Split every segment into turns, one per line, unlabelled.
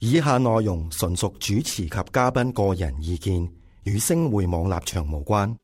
以下內容純屬主持及嘉賓個人意見，與星匯網立場無關。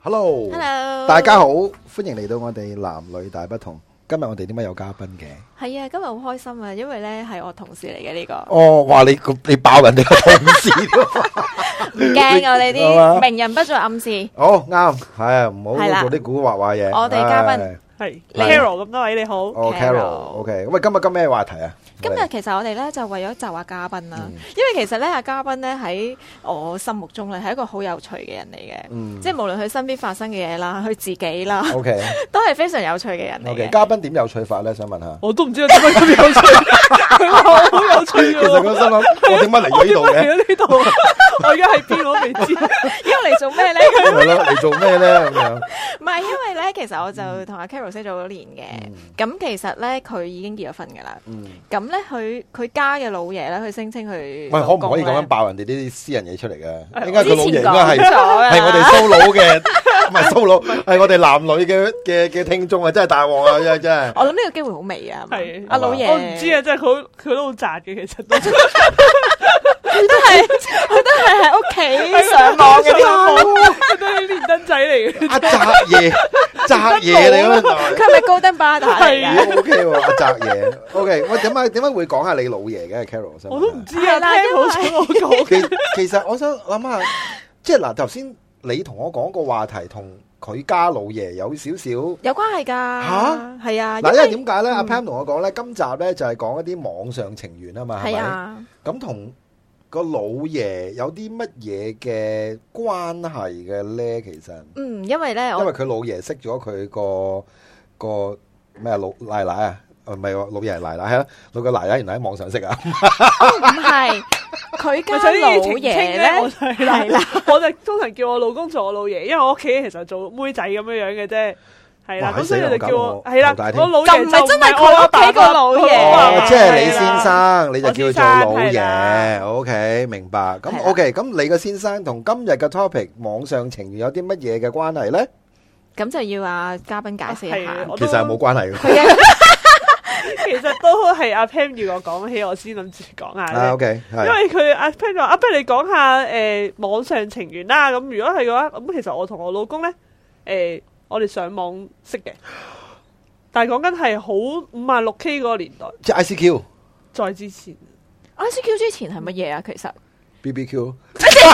Hello，
Hello，
大家好，歡迎嚟到我哋男女大不同。今日我哋點解有嘉賓嘅？
係啊，今日好開心啊，因為咧係我同事嚟嘅呢個，
哦，哇！你你爆人哋個同事喎，
唔驚啊！ 你
好啊
啲名人不做暗示，
好啱，係啊，唔好
係啦
做啲古惑話嘢。
我哋嘉賓
唉
系
嚟
Carol 咁多位你好，
哦
Carol
，Carol，OK，喂，今日今日咩話題啊？
今日其實我哋咧就為咗就下嘉賓
嗯
啦，因為其實咧阿嘉賓咧喺我心目中咧係一個好有趣嘅人嚟嘅，
嗯
即係無論佢身邊發生嘅嘢啦，佢自己啦，
，OK，OK，
都係非常有趣嘅人嚟嘅。
嘉賓點有趣法咧？想問下。
我都唔知道點解咁有趣，佢話我好有趣
其實
嘅
我
喎。
心諗，我點解嚟咗呢度
我點
嘅？
解嚟到呢度，我而家喺邊我 未知。
因為嚟做咩咧？
係咯，嚟做咩咧？咁樣
唔係因為咧，其實我
嗯
就同阿 Carol 識咗好多年嘅，咁、其實咧佢已經結咗婚㗎啦。
嗯
咁咧佢佢家嘅老爺咧，佢聲稱佢
喂，可唔可以咁樣
樣
爆人哋啲私人嘢出嚟嘅？應該佢老
之
爺
前
應該係
講咗
啊
㗎
係我哋蘇佬嘅，唔係蘇佬，係我哋男女嘅嘅嘅聽眾啊，真係大鑊啊，真係真係。
我諗呢個機會好微啊，係
係
嘛阿老爺，
我唔知啊，，真係佢好佢都好宅嘅，其實 都
佢
啊
都係佢都係喺屋企上網嘅啲。
佢都係連登仔嚟嘅。
阿澤爺，澤爺嚟嗰個。
佢係咪高登巴啊打嚟㗎？
咦，OK 喎，阿澤爺，OK，我點解點解會講下你老爺嘅 Carol？我想問下
我都唔知
係
啊，
啦
聽好想我講。
其其實我想諗下，即係嗱，頭先你同我講個話題，同佢家老爺有少少。
有關係㗎，
吓
係啊，
嗱，因為
因為
點解咧？阿 Pam 同我講咧，今集咧就係講一啲網上情緣啊嘛，係
係
咪？
啊，
咁同個老爺有啲乜嘢嘅關係嘅咧？其實，
嗯，因為咧
因為
我
佢老爺識咗佢個個咩啊老奶奶啊，啊唔係喎老爺係奶奶係啦，老個奶奶原來喺網上識啊，
唔係佢 家
咪就呢
老
啲
爺
澄清咧，我
咧
就。係啦，我就通常叫我老公做我老爺，因為我屋企其實做妹仔咁樣樣嘅啫。係啦，
哇
咁所以
死啦
你就叫
我
我
搞我
係啦
頭大，添
我老
就唔
爺
係真係
係我
佢
阿
屋企
爸
個老爺
爸
哦
哦，
即係你
係啦
先生，你
我
就
先
叫佢做老
生係啦
爺。OK，明白。咁
係啦
OK，咁你個先生同今日嘅 topic 網上情緣有啲乜嘢嘅關係咧？
咁就要啊嘉賓解釋一下啊
係。我
其
都
實係冇關係嘅。
佢嘅
其實都係阿 Pam 要我講起，我先諗住講下
啊
啫。
，OK，
因
係。
為佢阿 Pan 話啊，不如你講下誒、網上情緣啦。咁如果係嘅話，咁其實我同我老公咧，誒、我哋上網識 嘅，但係講緊係好五啊六 K 嗰個年代，
即係 ICQ、
再之前，
ICQ 之前係乜嘢啊？其實
BBQ。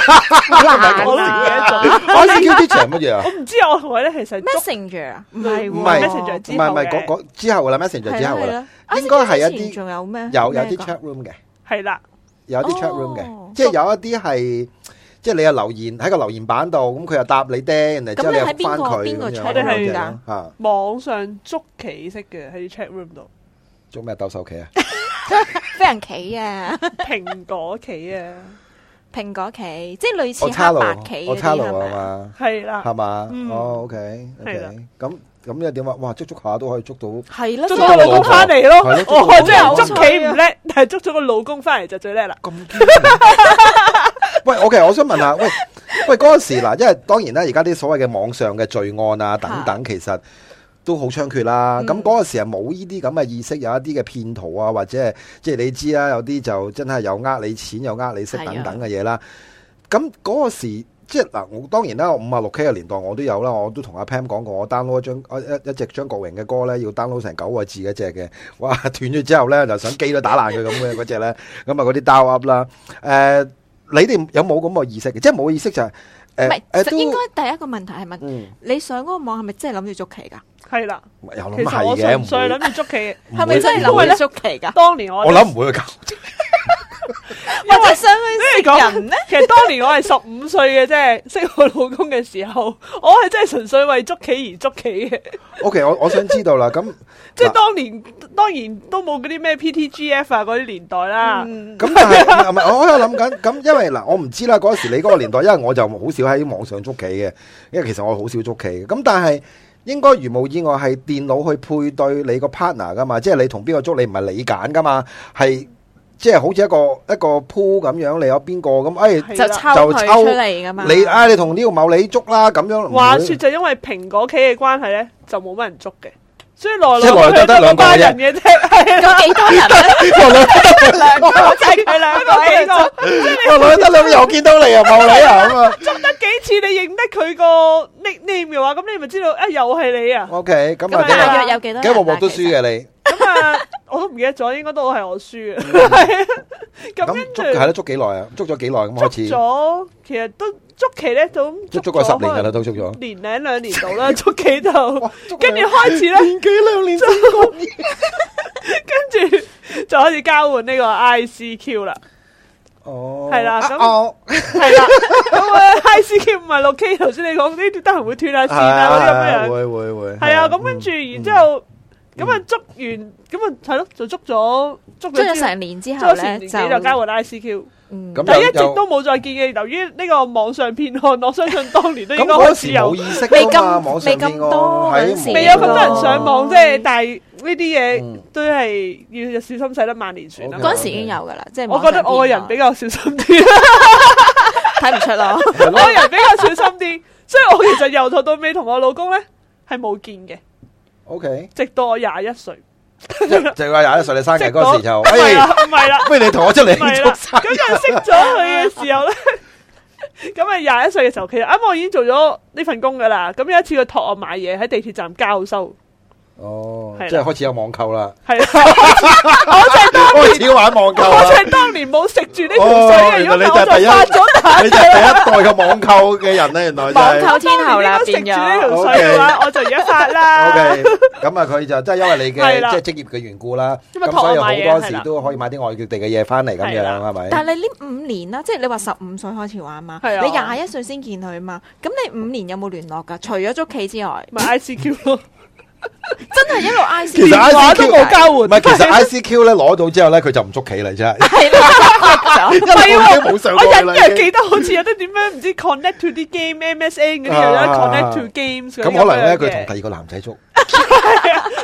難
我都唔記得
啊！
咗。
ICQ 之前係乜嘢啊？
我唔知啊，我同佢咧其實捉
Messenger 啊，唔係喎
唔係
Messenger
唔係唔係，講講之後噶啦
係
，Messenger
啦
之後噶
係
啦
啦，
應該係
ICQ
一
之前
啲
仲有咩？
有有啲
咩㗎
chat room 嘅，
係啦，
有啲
哦
chat room 嘅，即係有一啲係即係你又留言喺個留言板度，咁佢又答你釘，然後之後你又覆翻
咁你喺
佢
邊個
咁樣。
邊個
我哋係
咁樣嚇
網上捉棋識嘅喺 chat room 度，
做咩鬥獸棋啊？
飛人棋啊，
蘋果棋啊，
蘋果棋，即係類似
我叉
黑
路
白棋，
我
嗰
叉
啲
路
係
啊
咪啊？
嘛，
係啦，
係嘛？
嗯
哦，OK
係啦
OK，咁咁又點啊？哇，捉捉下啊都可以捉到。
係咯，即
捉到我
係
老公翻嚟咯，
係咯
我
捉啊
即
到
我老
係
公
捉棋唔叻，但係捉咗個老公翻嚟就最叻啦。
咁堅啊 喂，OK，我想問下，喂 喂，嗰陣時嗱，因為當然啦，而家啲所謂嘅網上嘅罪案啊等等，其實都好猖獗啦。咁嗰陣時係冇呢啲咁嘅意識，有一啲嘅騙徒啊，或者係即係你知啦，有啲就真係又呃你錢，又呃你色
係啊
等等嘅嘢啦。咁嗰個時。即係嗱，我當然啦，五啊六 K 嘅年代我都有啦，我都同阿 Pam 講過，我 download 一張一一隻張國榮嘅歌咧，要 download 成九個字嗰只嘅，哇 斷咗之後咧就想機都打爛佢咁 嘅嗰只咧，咁啊嗰啲 down up 啦，誒、你哋有冇咁嘅意識嘅？即係冇意識就係
唔
誒
係，
誒
實應
都
該第一個問題係問
嗯，
你上嗰個網係咪真係諗住捉棋㗎？
係啦，
有
其
諗
實我
係
純
嘅，
粹
唔會
諗住捉棋。
唔
係
會
咪真係
唔會
諗住捉棋㗎？
當年我
我諗唔會搞，
或者想去食人
即係講
咧？，
其實當年我係十五歲嘅啫，識我老公嘅時候，我係真係純粹為捉棋而捉棋嘅，
OK，我我想知道啦，咁
即係
嗱
當年當然都冇嗰啲咩 PTGF 啊嗰啲年代啦。
咁但係唔係我喺度諗緊，咁因為嗱，我唔知啦，嗰時你嗰個年代，因為我就好少喺網上捉棋嘅，因為其實我好少捉棋嘅。咁但係應該如無意外係電腦去配對你個 partner 噶嘛，即係你同邊個捉你唔係你揀噶嘛，係即係好似一個一個 pool 咁樣，你有邊個咁？哎，
係
就
啦
抽
就
佢
抽
出嚟噶嘛。
你啊，你同呢個某你捉啦咁樣。
話
唔會
說就因為蘋果企嘅關係咧，就冇乜人捉嘅，所以來
即係來
來去
去
去
都得
都嗰
兩個嘅啫
班人嘅啫， 係啦，
有幾多人咧？
兩個就係佢 兩個幾個，
我女得你又見到你又冇你啊咁啊。
得幾次你認得佢個 nickname 嘅話，咁你咪知道啊，又係你啊！
OK，咁
咁啊
啊，
即
即
係
係
大約有幾多人啊？
幾鑊鑊都
其實
輸嘅你。
咁啊，我都唔記得咗，應該都係我輸嘅。係啊咁
咁
跟
捉係
住
咯，捉幾耐啊？捉咗幾耐咁開始？
咗，其實都捉棋咧，就咁
捉
捉
捉過十年㗎
㗎
啦，，都捉咗。
年零兩年度啦， 捉 棋就
捉
跟住開始 咧。
年幾兩年先講嘢。
跟住就開始交換呢個 ICQ 啦，
哦，
係啦咁
啊哦
係啦，咁啊 ICQ 唔係六 K，頭先你講呢啲得閒會斷下線
À,
啊嗰啲咁樣，
會會會。
係啊，咁跟住然之後咁啊捉完，咁啊係咯，就捉咗捉
追咗
咗之後
成年之
捉
後
咗成
咧，
年幾
就
就交換 ICQ，
嗯
咁
但
又
一直
又
都冇再見嘅，由於呢個網上騙案，我 相信當年都
咁
應該開
嗰
始
時冇。
有
意識
未
㗎嘛，
咁
網上
未咁
邊
多
個
嗰陣時
係
未有咁多人上網
哦
啫，但係呢啲嘢
嗯
都係要小心使得萬年船啊嘛。
嗰陣時已經有噶啦，即係
我覺得我個人比較小心啲。
睇唔出咯。
係
我
咯，
人比較小心啲，所以我其實由頭到尾同我老公咧係冇見嘅，
OK，
直到我廿一歲，
即 係話廿一歲你生日
直
嗰
到
陣時就，
唔係
哎，
啦，唔係啦，
不如你同我出嚟
唔係
捉
啦，
生
咁
日。
就識咗佢嘅 時候咧，咁啊廿一歲嘅時候，其實啱啱我已經做咗呢份工噶啦，咁有一次佢托我買嘢喺地鐵站交收，
哦
係，啦
即係開始有網購啦，
係啦，
開始玩網購
我
啦
就。係當年冇食住呢條水啊，
哦
如果
原
唔
來
係
你
我
就係第一
就發咗達。
你就係第一代嘅網購嘅人咧，原來就
網
係。
購天后啦，
當年
變
如
咗
果食住呢條水嘅話，我就而家發
O
啦
K，。咁啊，佢就即係因為你
係啦
嘅即係職業嘅緣故啦，
因為
咁
托
所
我
以
買嘢
好多
係
時
啦
都可以買啲外地嘅嘢翻嚟咁
係
樣，
啦
係咪？
但係你呢五年啦，即係你話十五歲開始玩嘛，
嗯係啊
你廿一歲先見佢嘛，咁你五年有冇聯絡噶？除咗捉棋之外，
咪 ICQ 咯，
真係一路 I C
其實 ICQ
都冇交換，
唔係， 其實 I C Q 咧攞到之後咧，佢就唔捉棋啦，真係，
係啦，
因為佢已經冇上
我
過
隱
啦。
約
已經
記得好似有啲點樣唔知 connect to 啲 game MSN 嗰啲又有得
啊
connect to games 嗰啲
咁可能咧，
樣嘅
佢同第二個男仔 捉，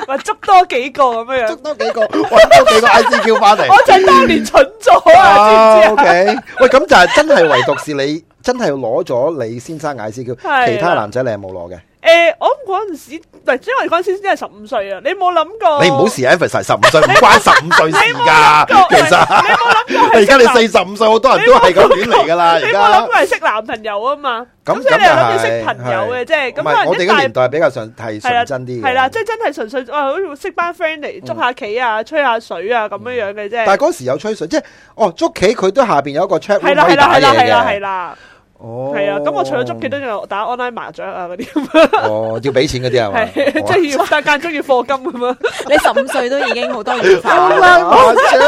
或捉多幾個咁樣
捉
樣。
多幾個，揾多幾個 I C Q 翻
我
嚟。
就係當年蠢咗啊，知
啊
唔
，O
知啊？
K，喂，咁就係真係唯獨是你真係攞咗你先生 I C Q，
係啦
其他男仔你係冇攞嘅。
誒，我嗰陣時，唔係因為嗰陣時真係十五歲啊，你冇諗過？
你唔好時 emphasize 十五歲，唔關十五歲事㗎。其實
你冇諗過係
你而家你
識男
四十五歲，好多人都係咁亂嚟㗎啦。
你
而
冇諗
家
過係識男朋友啊嘛？
咁
所以你係諗
咁
住識朋友嘅啫。咁
唔係我
可能
哋
一
嗰
大
年代比較上係純真啲嘅。嗯
係啦，即係真係純粹哇，好似識班 friend 嚟捉下棋啊、吹下水啊咁樣樣嘅啫。
但係嗰時有吹水，即係哦捉棋佢都下邊有一個 chat room
係啦
可以
係啦
打嘢
係啦係啦
嘅。
係啦，
哦，
係啊！咁我除咗捉棋都有打 online 麻雀啊嗰啲，
哦要俾錢嗰啲係嘛？
係即係要但間中要課金咁啊！
你十五歲都已經好多元化
好
啦
啦，。麻雀。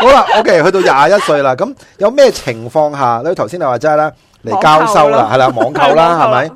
好啦，OK，去到廿一歲啦，咁有咩情況下？你頭先你話齋啦，嚟交收啦，係啦，網購啦，係咪？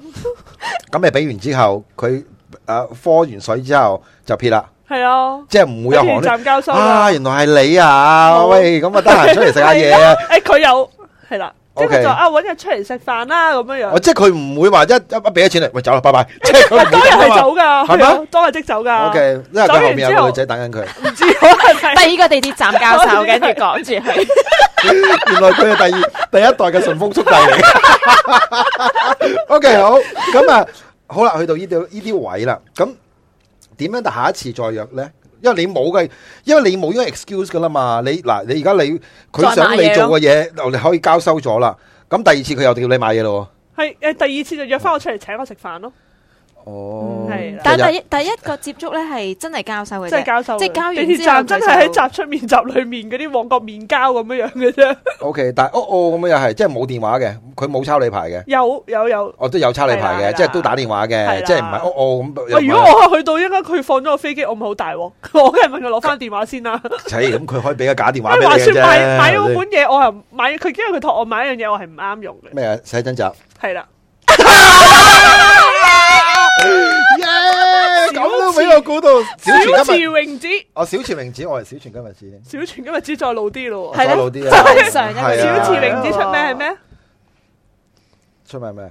咁你俾完之後，佢誒科完水之後就撇啦，
係啊，
即係唔會有行
喺
咧。
站交收啦
啊，。原來係你啊！
冇
喂，咁啊，得閒出嚟食下嘢啊！
誒，佢有係啦，即係
OK
佢就啊揾日出嚟食飯啦咁樣
我
樣。
即係佢唔會話一一一俾咗錢你，喂走啦，拜拜！即係佢唔
當日
會
係
咁
走噶，
啊係咩
係啊當日即走噶。
啊嘛。O K，因為佢後面有個女仔等緊佢，
唔知可能係
第二個地鐵站教授，跟住講住佢，
原來佢係第二第一代嘅順豐速遞嚟。O K，好，咁啊，好啦，去到呢度呢啲位啦，咁點樣下一次再約咧？因為你冇嘅，因為你冇呢個 excuse 噶啦嘛。你嗱，你而家你佢
再
想
買
你
嘢
做嘅嘢，你可以交收咗啦。咁第二次佢又叫你買嘢咯
係誒第二次就約翻我出嚟請我食飯咯，
喎。哦
係啦
但係第一第一個接觸咧係真係教授嘅
即係
啫，
交收嘅。
即係交完
地
之後
鐵站真係
佢就
喺閘出面閘裏面嗰啲旺角面交咁樣樣嘅啫。
O、k 但係哦哦咁樣又係，即係冇電話嘅，佢冇抄你牌嘅，
有有有。
我都有抄你牌
係啦係
嘅，
啦
即係都打電話
係啦
嘅，即係唔係哦哦咁。
喂，如 果我去到，應該佢放咗個飛機，我咪好大鑊。 我梗係問佢攞翻電話先啦。
切哎咁佢可以俾個假電話
因
俾你
為話
嘅
説
啫。
買買嗰本嘢，我又唔買佢，因為佢托我買一樣嘢，我係唔啱用嘅。
咩啊？寫真 集。
係啦，
耶！咁都俾我估到。小
小
泉
池
今日，
泳子，
我小泉榮子，我係小泉今日子。
小泉今日只再老啲咯喎。
係
再
啦
老啲啊
就係上一個
係啊
小池
榮
泳子出咩係咩？
出名咩？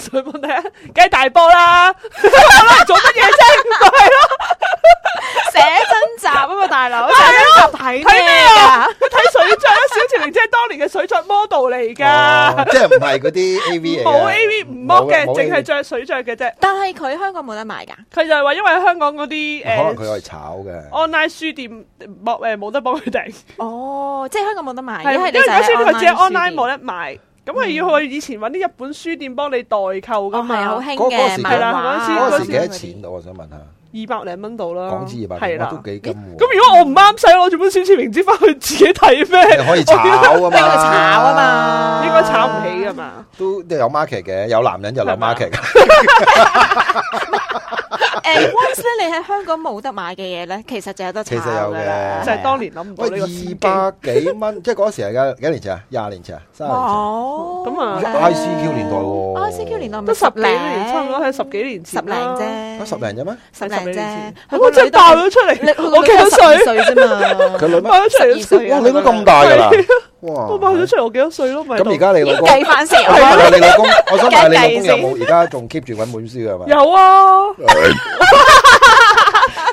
上網睇下，梗係大波啦， 做乜嘢啫？咪係咯，
寫真集啊嘛， 大佬，寫真集睇咩
睇咩啊
㗎？
佢睇水著啦，小條玲姐當年嘅水著 model 嚟
哦
㗎，
即系唔系嗰啲 A V 嚟嘅
冇 A V 唔剝嘅，
冇
淨
AV
係着水著嘅啫。
但係佢香港冇得賣㗎，
佢就係話因為香港嗰啲
哦可能佢
誒
系炒嘅。
online 書店冇誒冇得幫佢訂。
哦，即係香港冇得賣，
係，
因為
因為嗰書佢只係 online 冇
得，
得賣，咁佢要去以前揾啲日本書店幫你代購
嗯哦
噶
係啊好
嘛，
興
嗰嗰
嘅
時
漫畫
嗰時
啊，
嗰
嗰
時
時
幾多錢到？我想問下，
二百零蚊到啦，
港紙二百
係
零，哇
啦
都。幾金喎。
咁如果我唔啱使，攞住本小説明知翻去自己睇咩？
你可以炒啊嘛，
呢個炒啊嘛
應該炒唔起噶嘛？
都都有 market 嘅，有男人就有
係嘛
market 嘅。
誒，once 咧你喺香港冇得買嘅嘢咧，其實就有得炒
其實有
㗎啦
嘅
就係當年諗唔到呢個先
喂，
機。
二百幾蚊， 即係嗰時係幾幾年前啊？廿年前啊？三十年前
哦，
咁啊
？ICQ 年代喎
ICQ 年代咪
都十幾年，
零
差唔多係十幾年
十
前
零
啦，
啊？
啫，
十零啫咩？
十
係十
零
幾年
啫
前，我真係爆咗出
你
嚟，
佢
我
個
幾
女
多
都十二
歲？
歲啫嘛，
佢女
爆咗出
十二
嚟，
歲
哇！
啊
你都咁大㗎 啦
係，
哇！
我爆咗出嚟，我幾多歲咯？咪
咁而家你老
要
公，
計翻成
我想問下你老公，我想問下你老
計
公
計
有
先
冇而家仲 keep 住揾本書嘅係咪？
有啊，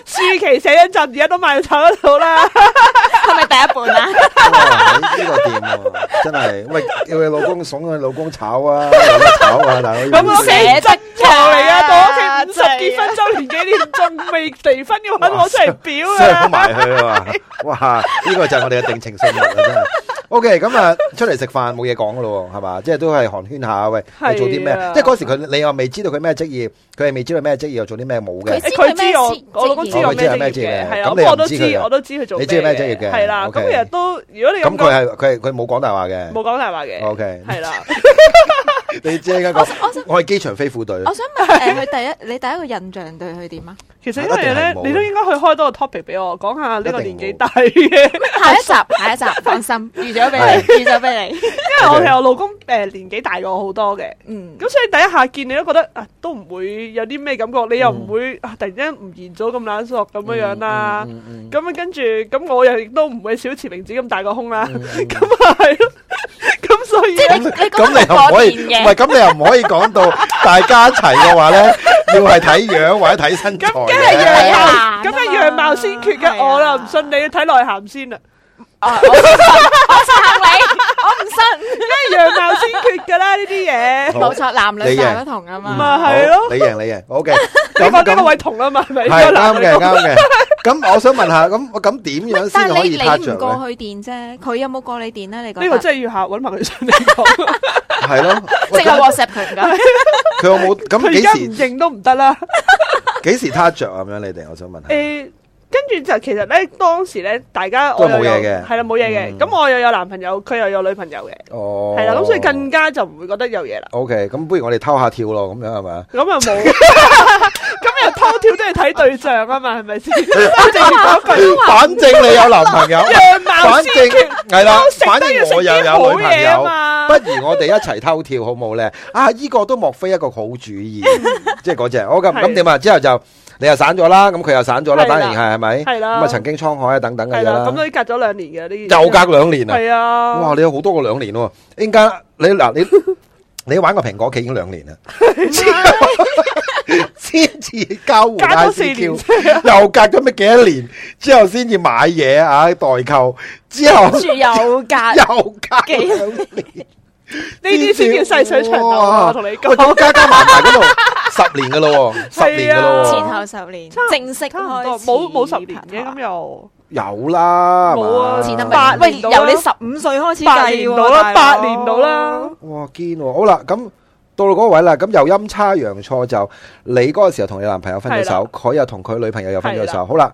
舒淇寫一陣，而家都賣到炒得到啦。
係咪第一本啊？
哇！呢個掂喎，真係喂，叫你老公怂佢老公炒啊，有得炒啊，大佬。
咁我
寫
寫
得
真球嚟啊！到屋企五十
真係啊
結婚周年紀念，仲未離婚要揾 我出嚟表
傷
啊！
埋佢啊 嘛！哇，呢個就係我哋嘅定情信物啦，真係。O K，咁啊，出嚟食飯冇嘢講噶咯喎，係嘛？即係都係寒暄下，喂，
係啊
你做啲咩？即係嗰時佢你又未知道佢咩職業，佢係未知道咩職業，又做啲咩冇嘅
佢。知
佢知
咩
我
職，業
我老公知我咩職業嘅，係啊，
咁你又
咁我都
唔知佢
知
嘅，
我都知佢做
你知佢咩職業嘅
係啦。
OK
咁其實都，如果你
咁佢
咁講，
係佢係佢冇講大話嘅。
冇講大話嘅
O K，
係啦。
你知而家講，我係機場飛虎隊。
我想問誒，佢第一你第一個印象對佢點啊？
其實因為咧
一定係，冇
你都應該去開多個 topic 俾我講下呢個年紀大嘅，
下一集，下一集，放心，預咗俾你，預咗俾你。
因為我其實我老公誒年紀大過我好多嘅。
嗯，
咁所以第一下見你都覺得啊，都唔會有啲咩感覺，你又唔會、啊突然間唔言咗咁冷索咁樣樣啦。咁、
嗯嗯嗯
樣跟住咁我又亦都唔會小池明子咁大個胸啦。咁啊係咯，咁所以
即係
呢
你你
咁
講
你
得
又唔
好
可
果
以，
斷
唔
嘅，
係咁你又唔可以 講到大家一齊嘅話咧，要係睇樣或者睇身材
咁
嘅。
梗係樣
係
貌，
啊
咁係樣貌先決
係
嘅。
啊
我啦唔信你睇內涵先啦，
啊我唔信我撐你，我唔信。
梗係樣貌先決㗎啦呢啲嘢。
冇錯，男女
你
大
贏
不同啊
咪
嘛。
好
係咯
你贏你贏，OK。 咁
你覺得
咁
呢個位同啦嘛，係咪？
系
應該男
啱
女
嘅，
同
啱嘅。咁我想問下，咁我咁點樣
但係
先可
你
以 touch
你唔過
着咧？
佢電啫，佢有冇過你電咧？你覺得
啊
呢個真係要下揾埋佢上嚟講，
係咯，
即
喂
刻
咁
WhatsApp 佢唔該。
佢有冇咁
佢而家唔
幾時
認都唔得啦。
幾時 touch 着咁樣？你哋我想問下，
诶、跟住就其實咧，當時咧，大家
都
我
係冇
又有
嘢嘅
係啦，冇嘢嘅。
嗯
咁、我又有男朋友，佢又有女朋友嘅，
哦，
係啦、咁所以更加就唔會覺得有嘢啦。
OK。咁不如我哋偷下跳咯，咁樣係咪啊？
咁又冇， 咁又偷跳都係睇對象啊嘛，係咪先？我正如嗰句，
反正你有男朋友，
樣貌
反
先
正
決，
係啦
我食，
反
得
正
要食
我又
啲
有
好
女朋
嘢啊
友，
嘛。
不如我哋一齊偷跳好冇咧？啊，依個都莫非一個好主 意，即係嗰只。我咁
係
咁點啊？之後就你又散咗啦，咁佢又散咗啦，
係
當
啦
然係係咪？
係
咁
啦
啊，曾經滄海啊，等等嘅
係
嘢
啦，
啦
咁。都隔咗兩年嘅呢件事。
又隔兩年啊！
係啊，
哇，你有好多個兩年喎，一陣間你嗱你你玩個蘋果企已經兩年啦， 先至交換
隔咗四
ICQ，
年
又隔咗咩幾多年之後先至買嘢啊代購，之後
住有 價，
又隔
幾
兩年。
呢啊啲先叫細水長流
哇
啊！我同你
喂，咁
講，
加加埋埋 嗰度十年噶咯，十年噶
係啊
前
咯，
後十年
差唔
正式
差唔
開
多
始
冇冇十年
拍
嘅
拖
咁又。
有啦，係
冇啊
嘛
前
前
啊
後八
咪喂，
年到啦
由你十五歲開始
八
計
年
喎，
到啦，
大
八
佬
年到啦。
哇堅喎！好啦，咁到到嗰個位啦，咁又陰差陽錯就你嗰個時候同你男朋友分咗
係
手，佢又同佢女朋友又分咗
係
手，好啦，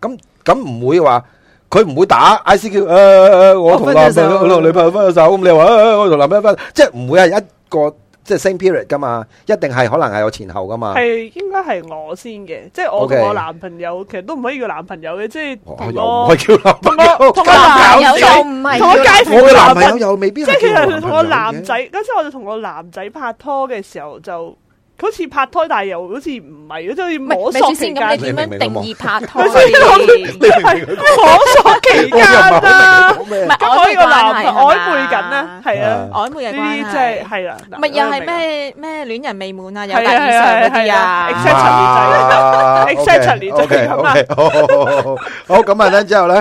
咁咁唔會話佢唔會打 ICQ，誒、呃、我同男朋友我
我分咗手
同女朋友分咗手，咁你話、呃、我同男朋友分，即係唔會係一個即係 same period 噶嘛，一定係可能係有前後噶嘛。
係應該係我先嘅，即係我同
啊 OK
我男朋友其實都唔可以叫男朋友嘅，即係
哇
同
又唔可
我
以叫男朋友，
同我同我男
朋友
友
又唔係
同我介
我嘅
乎
男
男
朋
朋
友
友，
又未必
即係其
係叫
實同我
男
男
朋友嘅
仔嗰陣，我就同我男仔拍拖嘅時候就好似拍拖，但係又好似唔係，即係好似
唔係
摸
咪住
索期
先，
間
咁
你
你，點樣定義拍拖
你先講
先？
係摸索期間啦。
講咩
唔係
咁我呢個男
曖昧關係係嘛
朋友曖昧緊啦，係啊，
曖昧嘅
呢啲
關
即係
係。
係啦，
咪又係咩咩戀人未滿啊，有大以上嗰啲
À,
係啊係啊係啊係
啊
啊，
啊
exactly，就係咁啦
OK，OK，好好好好好咁啊，等之後咧，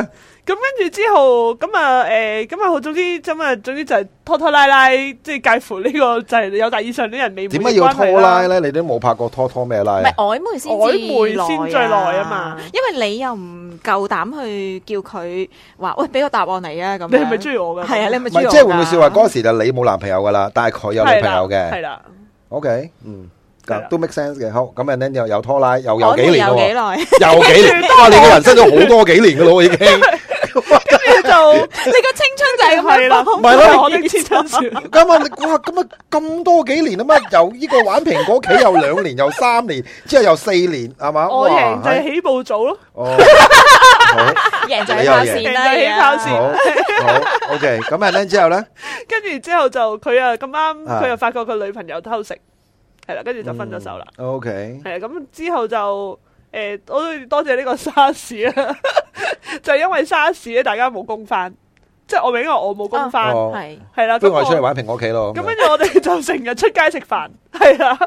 咁跟住之後，咁啊誒，咁啊好，總之咁啊，總之就係拖拖拉拉，即係介乎呢個就係有大以上啲人未滿
點
嘅
解要
關
拖
係
拉
啦。
咧？你都冇拍過拖，拖咩拉
唔
啊
係？曖昧先
曖昧先最耐啊嘛
因為你又唔夠膽去叫佢話喂，俾個答案你啊咁樣。
你係咪中意我㗎？
係啊，你係咪
唔
中意
係
我㗎？
即係會唔會笑話嗰時就你冇男朋友噶啦，但係佢有女朋友
係
嘅
啦，
？OK，嗯，
係啦
都 make sense 嘅。好，咁啊，then 又又拖拉，又又
曖
幾
昧
年啊
有
喎
幾。耐？
又幾年，哇！你嘅人生咗好多幾年噶咯，已經。
跟住就。
你個青春就係咁
係
樣
啦，
放
唔
咪
係
咯
咯，我啲千真少。
咁啊，你哇，咁啊咁多幾年啊嘛，由呢個玩蘋果企又兩年，又三年，之後又四年，係嘛？
我
哇
贏就
係
係起步組咯，
哦，
贏就
你
係
又
跑
啊贏
線啦，
贏就係
而
起跑
家
線
好，好，OK。咁啊，then 之後咧，
跟住之後就佢啊咁啱，
啊
佢又發覺佢女朋友偷食，係啦，跟住就分咗手啦。
嗯。OK，
係啊，咁之後就誒，我都要多謝呢個沙士啦， 就係因為沙士咧，大家冇工翻，即係我因為我冇工翻，
哦
係
係啦，
不
咁
如我哋出嚟
我
玩蘋果企咯。
咁跟住我哋就成日出街食飯，係啦。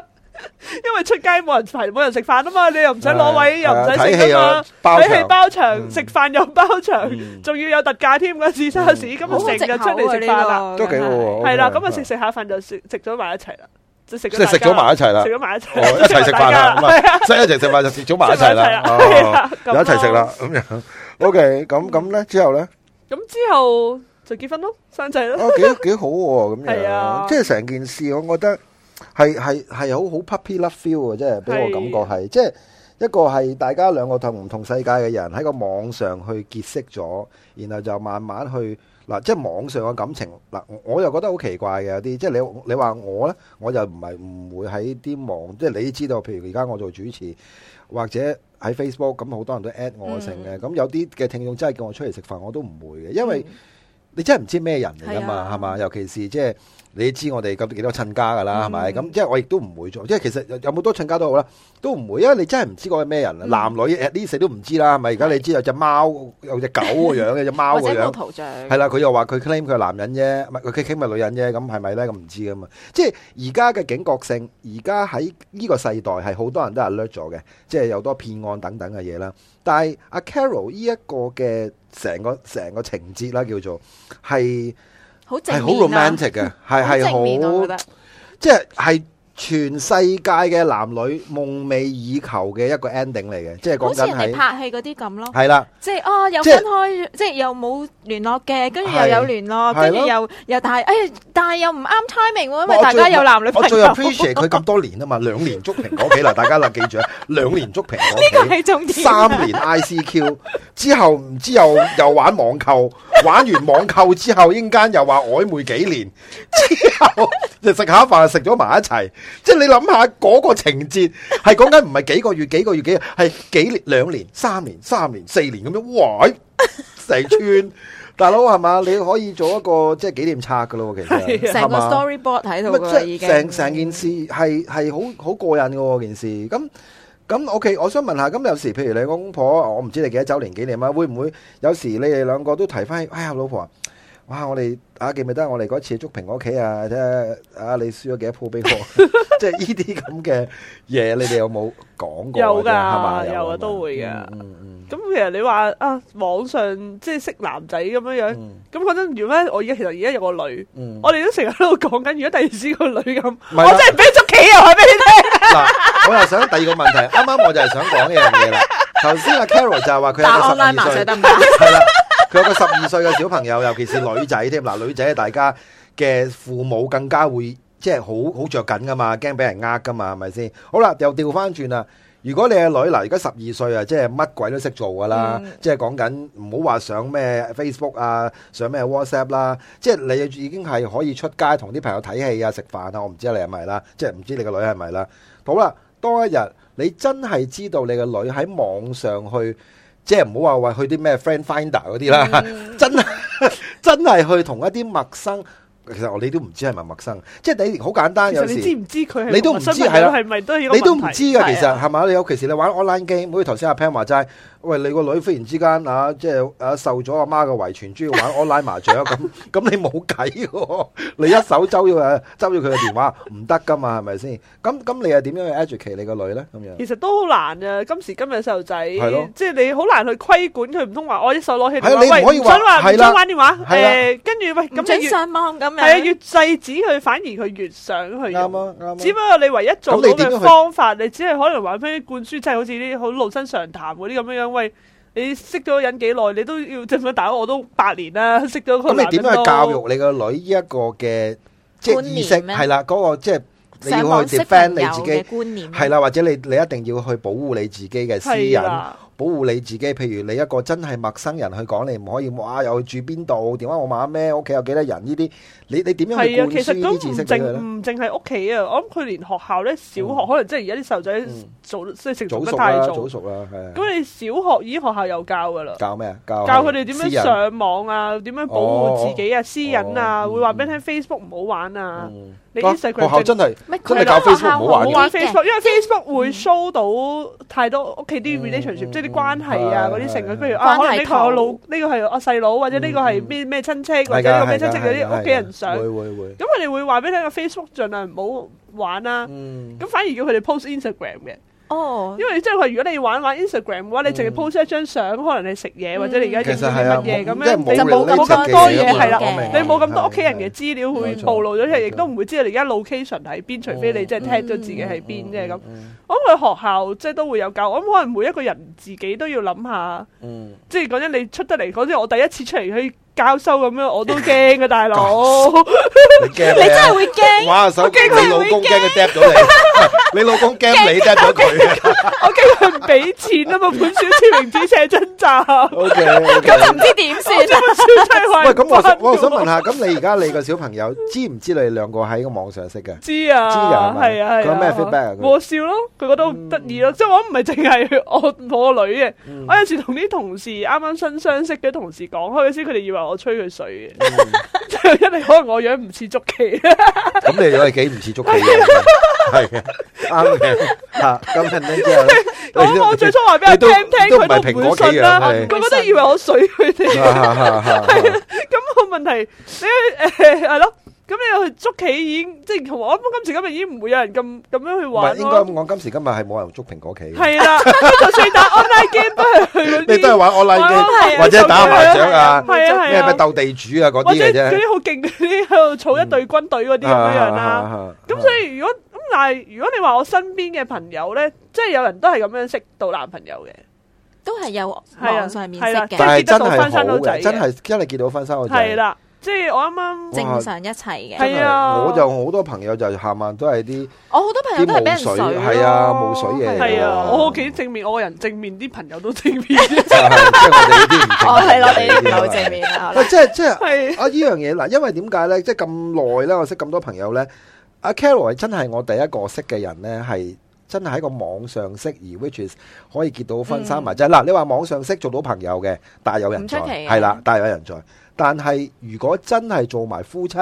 因為出街冇人排，冇人食飯啊嘛，你又唔使攞位，又唔使
睇戲
食啊
又，包場
嘛睇戲包場，
嗯
食飯又包場，
嗯
仲要有特價添嗰時沙士，咁
好
啊
好
成
藉
日
口
出嚟食飯啦，
啊，
都幾好喎。
係啦，
OK，
咁啊食食下飯就食食咗埋一齊啦，就食
即係食
大家
咗埋一齊啦
食。咗埋一齊，
哦，一齊食飯啦，咁
係啊，
啊，即係一齊食飯就食咗埋一齊啦，
食埋一齊啦係
哦
啊咁
又一齊食啦，咁樣。OK，咁咁咧之後咧。
咁之後就結婚咯，生仔咯，
啊，幾幾好喎咁
係啊
樣，即係成件事，我覺得係係係好好 puppy love feel 啊！即係俾我感覺係，即係一個係大家兩個同唔同世界嘅人喺個網上去結識咗，然後就慢慢去嗱，即係網上嘅感情嗱，我我又覺得好奇怪嘅有啲，即係你你話我咧，我就唔係唔會喺啲網，即係你知道，譬如而家我做主持或者。喺 Facebook 咁好多人都 at 我成嘅，咁、有啲嘅聽眾真係叫我出嚟食飯，我都唔會嘅，因為你真係唔知咩人嚟噶
係
嘛，
啊
係嘛？尤其是即係你知我哋咁幾多親家噶啦，係咪？
嗯
咁即係我亦都唔會做，即係其實有有冇多親家都好啦，都唔會，因為你真係唔知嗰個係
嗯
咩人啊，男女 at least 你都唔知啦，係咪？而家你知有隻貓，有隻狗個樣，有隻貓
或
個
者冇
樣。
圖像，
啊係啦，佢又話佢 claim 佢係男人啫，唔係佢 claim 係女人啫，咁係咪咧？咁唔知噶嘛。即係而家嘅警覺性，而家喺呢個世代係好多人都係 alert 咗嘅，即係有好多騙案等等嘅嘢啦。但係阿 Carol 呢一個嘅成個成個情節啦，叫做係
好正
係
面
好
啊
romantic 嘅，係
好正面啊我覺
係好
得
即係係全世界嘅男女夢寐以求嘅一個 ending 嚟嘅，即係
好
講
似人
緊
哋
係
拍戲嗰啲咁咯。
係啦。
即係哦，有
即係
分開，即係又冇聯絡嘅，跟住又
係
有聯絡，
係
跟
咯
住又又但係，哎呀，但係又唔啱 timing 喎，因
我
為大家
最
有男女朋
我最
友，呢
appreciate 佢咁多年啊嘛，兩年捉蘋果企啦，大家啦記住啊，兩年捉蘋
個
果 企。
係重點。啊
三年 ICQ 之後唔知又又玩網購，玩完網購之後，英間又話曖昧幾年，之後就食下飯食咗埋一齊，即係你諗下嗰個情節係講緊唔係幾個月幾個月幾日，係幾年兩年三年三年四年咁樣，哇！成串大佬係嘛？你可以做一個即係紀念冊噶咯，其實
係
成個
係嘛
storyboard 喺度
咪
㗎啦
即
已
係
經。
成成件事係係好好過癮嘅喎，件事咁。咁 OK，我想問下，咁有時譬如你公婆，我唔知你幾多周年紀念啊，會唔會有時你哋兩個都提翻起，哎呀老婆啊，哇我哋啊記唔記得我哋嗰次捉蘋果屋企啊，睇下啊你輸咗幾多鋪 俾我，即係呢啲咁嘅嘢，你哋有冇講過啊？
有㗎
真係係嘛
有啊
嘛
都會㗎
嗯嗯
咁其實你話啊，網上即係識男仔咁樣樣，
嗯
咁嗰陣如果咧，我而家其實而家有個女，
嗯
我哋都成日喺度講緊，如果第二時個女咁，
係啦
我真係俾捉棋啊！話俾你
嗱， 我又想第二個問題，啱啱我就係想講呢樣嘢啦。頭先阿 Carol 就係話佢
打
有個
online
十
麻
二歲
雀。得唔得？
係啦，佢有個十二歲嘅小朋友，尤其是女仔添。嗱，女仔大家嘅父母更加會即係好好着緊噶嘛，驚俾人呃噶嘛，係咪先？好啦，又調翻轉啦。啊如果你嘅女嗱，而家十二歲啊，即係乜鬼都識做噶啦，即係講緊唔好話上咩 Facebook 啊，上咩 WhatsApp 啦，即係你已經係可以出街同啲朋友睇戲啊、食飯啊，我唔知你係咪啦，即係唔知你個女係咪啦。好啦，當一日你真係知道你個女喺網上去，即係唔好話話
嗯
去啲咩 friend finder 嗰啲啦，真係真係去同一啲陌生其實我你都唔知係咪陌生，即係你好簡單，
其
有
實你
時
知。唔知佢係
你都唔知
陌生朋
係啦
友係咪都係呢個
你都唔
問題
知嘅，其
係
實
啊
係嘛？你尤其是你玩 online game，好似頭先阿 Pan 話齋，喂，你個女忽然之間啊，即係啊受咗阿媽嘅遺傳，中意玩 online 麻雀咁， 咁你冇計喎， 你一手周要啊，執咗佢嘅電話，唔得噶嘛，係咪先？咁咁你又點樣去 educate 你個女咧？咁樣
其實都好難啊！今時今日細路仔
係咯，
即係你好難去規管佢，唔通話我一手攞起
係
電
啊你唔
話，
可
喂，
以
唔
話
准話
係
唔
啦
准玩電話，
係啦
誒，跟住喂，
唔
咁
准
你越係
上網咁
啊，
樣，
越制止佢，反而佢越想去用
啱。啊，啱啊。
只不過你唯一做到
咁你點樣
嘅
去
方法，你只係可能玩翻啲灌輸，即係好似啲好老生常談嗰啲咁樣樣。喂，你識咗個人幾耐，你都要正想打我都八年啦，識咗個
咁你
男
點
人
樣
都
去教育你個女呢一個嘅即係
觀
意識
念咩啊
係啦，嗰個即係你
上網
要去
識
defend
朋友
你自
嘅
己
觀念，
係，啦，或者你你一定要去保護你自己嘅私
係
隱。
啦，
保護你自己。譬如你一個真係陌生人去講，你唔可以哇又住邊度，電話號碼咩，屋企有幾多人呢啲，你你點樣去
係啊，
灌
其
輸
實
呢
都
啲
唔
知識俾佢
淨
咧？
唔淨係屋企啊，我諗佢連學校咧，小學可能即係而家啲細路仔
嗯
做即係成熟
早
得
熟
太
啦，
早
早。熟啦，係啊。
咁你小學已經學校有教噶啦，
教咩啊？教
教佢哋點樣
私人
上網啊，點樣保護自己啊、私隱啊，
哦
會話俾
嗯
你聽 Facebook 唔好玩啊，
嗯
你
哇
Instagram
學校真係
唔係
真係
佢
教
哋
Facebook 唔好玩
唔
玩
嘅
好
Facebook，
玩 Facebook，因為
嗯
Facebook 會 show 到太多屋企啲
嗯
relationship，
嗯
即係啲關係啊
嗯
嗰啲成
係
嘅，譬如
關係
啊，可能呢個
圖
我老呢個係我細佬，或者呢個
嗯
係
嗯
咩咩親戚，或
係
者呢
㗎
個咩
係㗎
親戚嗰
係㗎
啲屋企人相，
會
咁
會會。
佢哋會話俾你聽個 Facebook 盡量唔好玩啦。
嗯
咁反而叫佢哋 post Instagram 嘅，
哦，
因為即係話如果你玩玩 Instagram 嘅話，你淨係
嗯
post 一張相，可能你食嘢或者你而
其
家影
實
咗
係
啲
啊，
乜嘢咁
即係
樣，
冇
你
就冇
relate
冇咁
嘅
多
嘢
嘢係啦
我明
嘅
你冇咁多屋企人嘅
係
資料會
冇錯
暴露咗出
冇錯
嚟，亦都唔會知道你而家 location 喺邊，除非你即係
嗯
tag 咗自己喺邊啫咁。
嗯
我諗佢學校即係都會有教，我諗可能每一個人自己都要諗下，
嗯
即係講真，你出得嚟嗰啲，我第一次出嚟去交收咁樣，我都驚嘅 大佬。
你驚
你
咩
真
啊
係會驚，
哇！手機
驚
你
佢
老
會
公驚佢 d 咗 你，你老公驚你 d 咗佢。
我驚佢唔俾錢啊嘛，本小超明子寫真集，
O K，
咁就唔知點算啦。
喂，
喂
咁我想我想問下，咁你而家你個小朋友知唔知你哋兩個喺個網上識 嘅？
知啊，
知啊係咪
係啊，係啊
佢有咩 feedback 啊佢嗯
我笑咯，佢覺得好得意咯，即係我唔係淨係我我個女嘅，我有時同啲同事啱啱新相識嘅同事講開先，佢哋以為我吹佢水嘅， 即係因為可能我樣唔似竹期，
咁嗯你哋幾唔似捉棋 嘅？係啊，啱嘅。嚇，咁 人哋之後咧，你
我我最初話俾
你
佢
都
聽聽，
都唔係
佢
蘋
都唔
果
會
棋
信
樣
啦，
係
佢。覺得以為我水佢哋。
嚇嚇嚇嚇
咁個問題，你誒係咯，咁你去捉棋已經即係同我諗今時今日已經唔會有人咁咁樣去
唔係
玩
應該
咯
咁。講，今時今日係冇人捉蘋果棋嘅。
係啦，就算打 online game 都係去嗰啲，
你都係玩 online
係
game
啊
或者打麻雀啊，
係啊
咩
係
咩
啊，
鬥地主啊嗰
或
啲
者
嘅啫嗯啊
嗰。啲好勁嗰啲喺度儲一隊軍隊嗰啲咁樣樣啦。咁所以如果咁，但係如果你話我身邊嘅朋友咧，即係有人都係咁樣識到男朋友嘅，
都係有
係啊
網上面
係
識
啦
嘅，
但係真係
即係結得到婚生
好
都仔
嘅，
嘅
真係真係見到婚生個仔。
係啦，即係我啱啱
哇
正常一齊嘅。
係
真
啊
我就好多朋友就下晚都係啲
我好多朋友
啲
都係俾
冇
人
水，
水
係
咯，
啊冇水嘢嚟㗎。
係啊，我幾正面，我個人正面，啲朋友都 正面，
就係即係我哋呢啲 唔正
我哦係啊落
面
地唔
嘅
夠正面啦。
喂，即係即係
係
啊！依樣嘢嗱，因為點解咧？即係咁耐咧，我識咁多朋友咧。阿 Carol 係真係我第一個識嘅人咧，係真係喺個網上識，而 which is 可以結到婚生埋。即係嗱，你話網上識做到朋友嘅，大有人在，
唔出奇嘅
係啦，大有人在。但係如果真係做埋夫妻，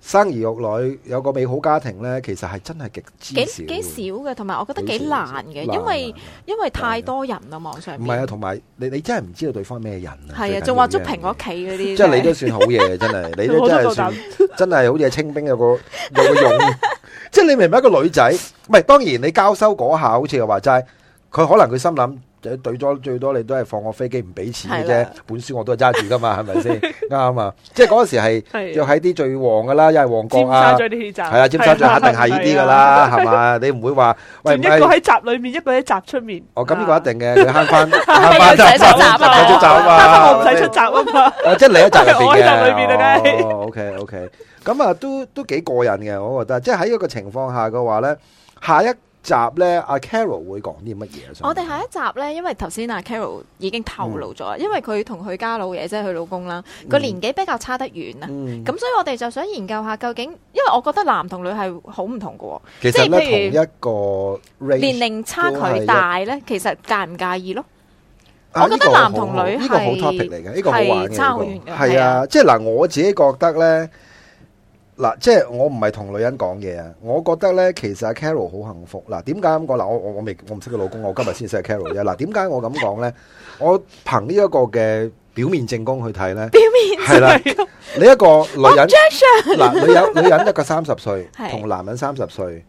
生兒育女，有個美好家庭咧，其實係真係極之
幾
少，
幾少嘅，同埋我覺得
幾
幾
少
難嘅，
難
因為
難
因為太多人啦，網上
唔係啊，
面
同埋你你真係唔知道對方咩人啊。
係
最緊
啊，
要
仲話
呢
捉
樣
蘋
嘢
果棋嗰啲，
即係你都算好嘢，真係，你都真係算
我，
真係好似清兵有個有個勇， 即係你明唔明一個女仔？唔係當然你交收嗰下，好似又話齋，佢可能佢心諗。誒對咗最多你都係放我飛機唔俾錢嘅
係
啫
啦，
本書我都係揸住噶嘛，係咪先？啱啊！即係嗰時係
係啊
要喺啲最旺噶啦，因為旺角
尖沙
啊，
咀啲氣站
係啊，尖沙咀肯定係呢啲 噶。啦，
啊
係嘛？你唔會話喂唔
仲一個
係
喺閘裏面，一個喺閘出面。啊
哦咁呢個一定嘅，佢慳翻慳
係唔
翻
使出閘啊
唔使出閘啊嘛，
啊嘛，我唔使 出閘啊嘛。
哦，即係你一集入邊
我
嘅，
喺集裏邊啊梗係
哦，OK OK，咁啊，都都幾過癮嘅，我覺得。即係喺一個情況下嘅話咧，下一集咧，阿 Carol 會講啲乜嘢啊？想
我哋下一集呢，因為頭先阿 Carol 已經透露咗，因為佢同佢家老爺即係佢老公啦，個
嗯
年紀比較差得遠啊。
嗯，
咁所以我哋就想研究下究竟，因為我覺得男同女係好唔同嘅喎。
其實
即係
咧同一個 range，
年齡差距大咧，其實介唔介意咯？
啊
我覺得
呢個好
男同女
呢個好
係
topic 嚟嘅，呢個好玩嘅，
係差好遠
呢個
嘅
係
係
啊，
啊
即係嗱，我自己覺得咧，嗱，即係我唔係同女人講嘢啊，我覺得咧，其實阿 Carol 好幸福。嗱，點解咁講？嗱，我我我未我唔識佢老公，我今日先識阿 Carol 啫。嗱，點解我咁講咧？我憑呢一個嘅表面正宮去睇咧，
表面
係啦，你一個女人
objection
嗱，女人女人一個三十歲，
係
同男人三十歲，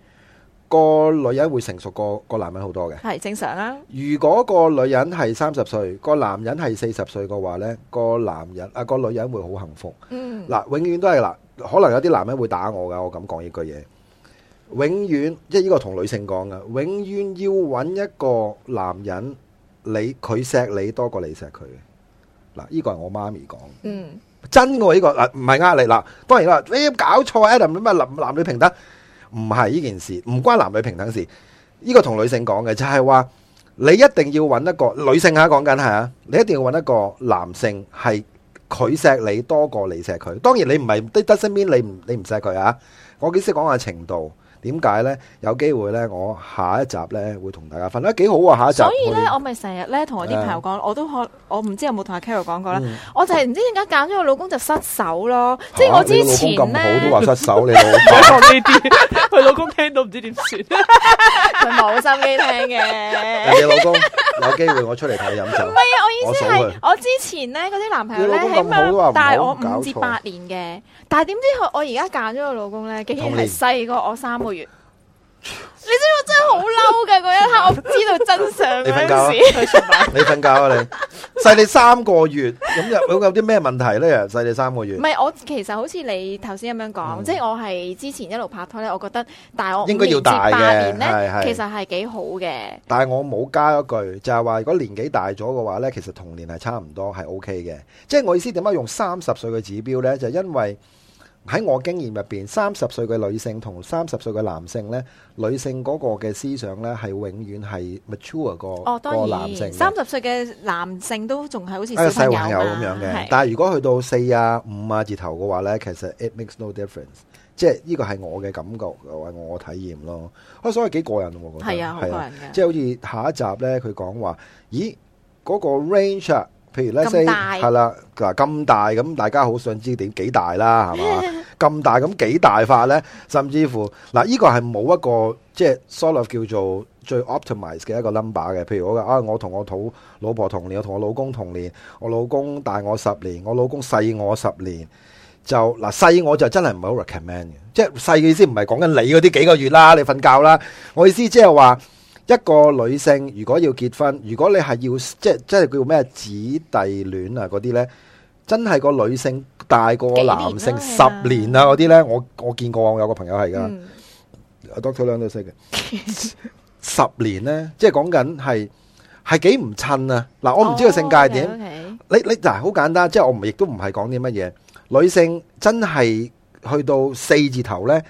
個女人會成熟過個男人好多嘅。
係正常啦，
如果個女人係三十歲，個男人係四十歲嘅話咧，個男人啊個女人會好幸福。
嗯，
嗱，永遠都係嗱，可能有啲男人會打我噶，我咁講呢句嘢。永遠即係呢個同女性講噶，永遠要揾一個男人，你佢錫你多過你錫佢嘅。嗱，呢個係我媽咪講，
嗯，
真嘅喎呢個嗱，唔係呃你嗱。當然啦，你搞錯 Adam 咁啊，男男女平等唔係呢件事，唔關男女平等事。呢、個同女性講嘅就係話，你一定要揾一個女性嚇講緊係啊，你一定要揾一個男性係佢錫你多過你錫佢。當然你唔係得得身邊你唔你唔錫佢啊。我幾識講下程度。點解呢？有機會呢，我下一集呢會同大家分享，啊幾好啊！下
所
一集
以咧，
我
我咪成日咧同我啲朋友講，我都可，我唔知有冇同阿 Carol 講過
哋
啦。
嗯
我就係唔知點解揀咗個老公就失手咯，即係我之
嚇你
前
老公咁好
咧
都話失手，你老公。
講呢啲，佢老公聽到唔知點 算。
佢冇心機聽嘅。
人哋老公有機會我出嚟睇你飲 酒。
係啊，我意思
我數
係
佢
我之前咧嗰啲男朋友咧，
你
起
老公咁好都話唔好
碼大我
搞錯
五至八年嘅，但係點知佢我而家揀咗個老公咧，竟然
同年
係 細過我三個月。你知我真係好嬲嘅嗰一刻，我知道真相
你瞓
嗰
覺啊
陣時，
你瞓覺啊你，細你三個月，咁有有有啲咩問題咧？細你三個月
唔，係我其實好似你頭先咁樣講，
嗯
即係我係之前一路拍拖咧，我覺得大我五
應該
年
要
至
大
八
嘅
年
係
咧
係，
其實係幾好嘅。
但係我冇加一句，就係話如果年紀大咗嘅話咧，其實同年係差唔多係 O K 嘅。即係我意思點解用三十歲嘅指標咧？就因為喺我經驗入邊，三十歲嘅女性同三十歲嘅男性咧，女性嗰個嘅思想咧係永遠係 mature 過、
哦，當
過男性
然，
嘅
三十歲嘅男性都仲係好似
一個
小
哎細
朋
朋友
嘛
咁樣嘅
係。
但係如果去到四啊五啊字頭嘅話咧，其實 it makes no difference，即係呢個係我嘅感覺，或我體驗咯。啊，所以幾過癮喎我覺得。
係啊，好過人嘅。
即係好似下一集咧，佢講話，咦嗰、個 range 啊，譬如咧，
咁
say
大
係啦，嗱咁大咁，大家好想知點幾大啦，係嘛？ 咁大咁幾大法咧，甚至乎嗱，呢、個係冇一個即係 sort of 叫做最 optimize 嘅一個 number 嘅。譬如我話啊，我同我肚老婆同年，我同我老公同年，我老公大我十年，我老公細我十年。就嗱細我就真係唔係好 recommend 嘅，即係細嘅意思唔係講緊你嗰啲幾個月啦，你瞓覺啦。我意思即係話一個女性如果要結婚，如果你係要即係即係叫咩子弟戀啊嗰啲呢，真係個女性大過男性
幾年
十
啦係啊
年啊嗰啲呢，我我見過我有個朋友係㗎。
嗯
Doctor 兩都識嘅， 十年呢，即係講緊係係幾唔襯啊！嗱，我唔知個性格係點。
哦
你你嗱好簡單，即係我唔亦都唔係講啲乜嘢。女性真係去到四字頭呢，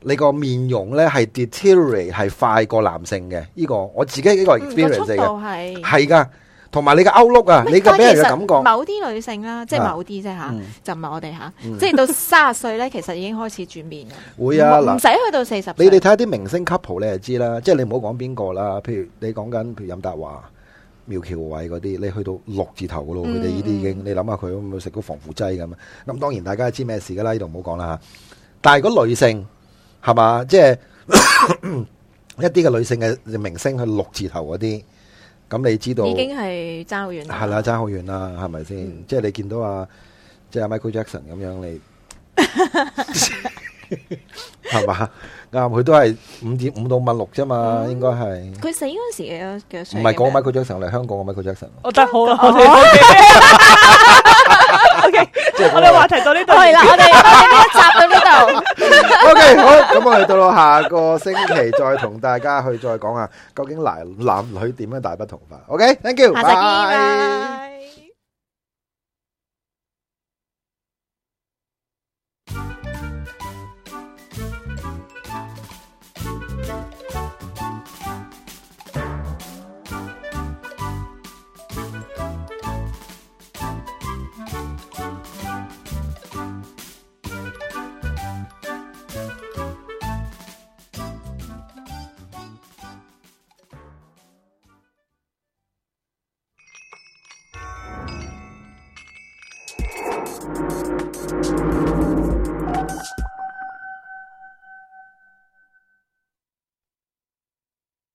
你個面容呢係 deteriorate 係快過男性嘅。呢、個我自己呢個
，OK，嗯個
experience
速
嚟
度
嘅，
係。
係噶。同埋你嘅 outlook 啊，你嘅俾
但係
人嘅感
其實
覺，
某啲女性啦，即係某啲啫吓
嗯，
就唔係我哋吓，
嗯
即係到三十歲咧，其實已經開始轉變嘅。
會啊
唔
嗱
唔。使去到四十。
你哋睇下啲明星 couple 你就知啦，即係你唔好講邊個啦，譬如你講緊譬如任達華、苗僑偉嗰啲，你去到六字頭噶咯，佢哋呢啲已經，你諗下佢會唔會食到防腐劑咁啊？咁當然大家知咩事噶啦，呢度唔好講啦嚇。但係如果女性係嘛，即係 一啲嘅女性嘅明星去六字頭嗰啲，咁你知道
已經係爭好遠啦。
係啦，爭好遠啦，係咪先？
嗯
即係你見到啊，即係 Michael Jackson 咁樣，你 係嘛？啱，佢都係五點五到五六啫嘛，
嗯
應該係
佢死嗰陣時幾多幾多歲
唔
嘅咩？
係講 Michael Jackson 嚟香港嘅 Michael Jackson，
我哦得好啦，我
哦
哋 O K，
即係
我哋話題到呢度。
係啦，我哋我哋呢一集到呢度。
OK，好，咁我哋到到下個星期再同大家去再講下究竟男男女點樣大不同法。OK，thank you，
下集見，
拜。
拜。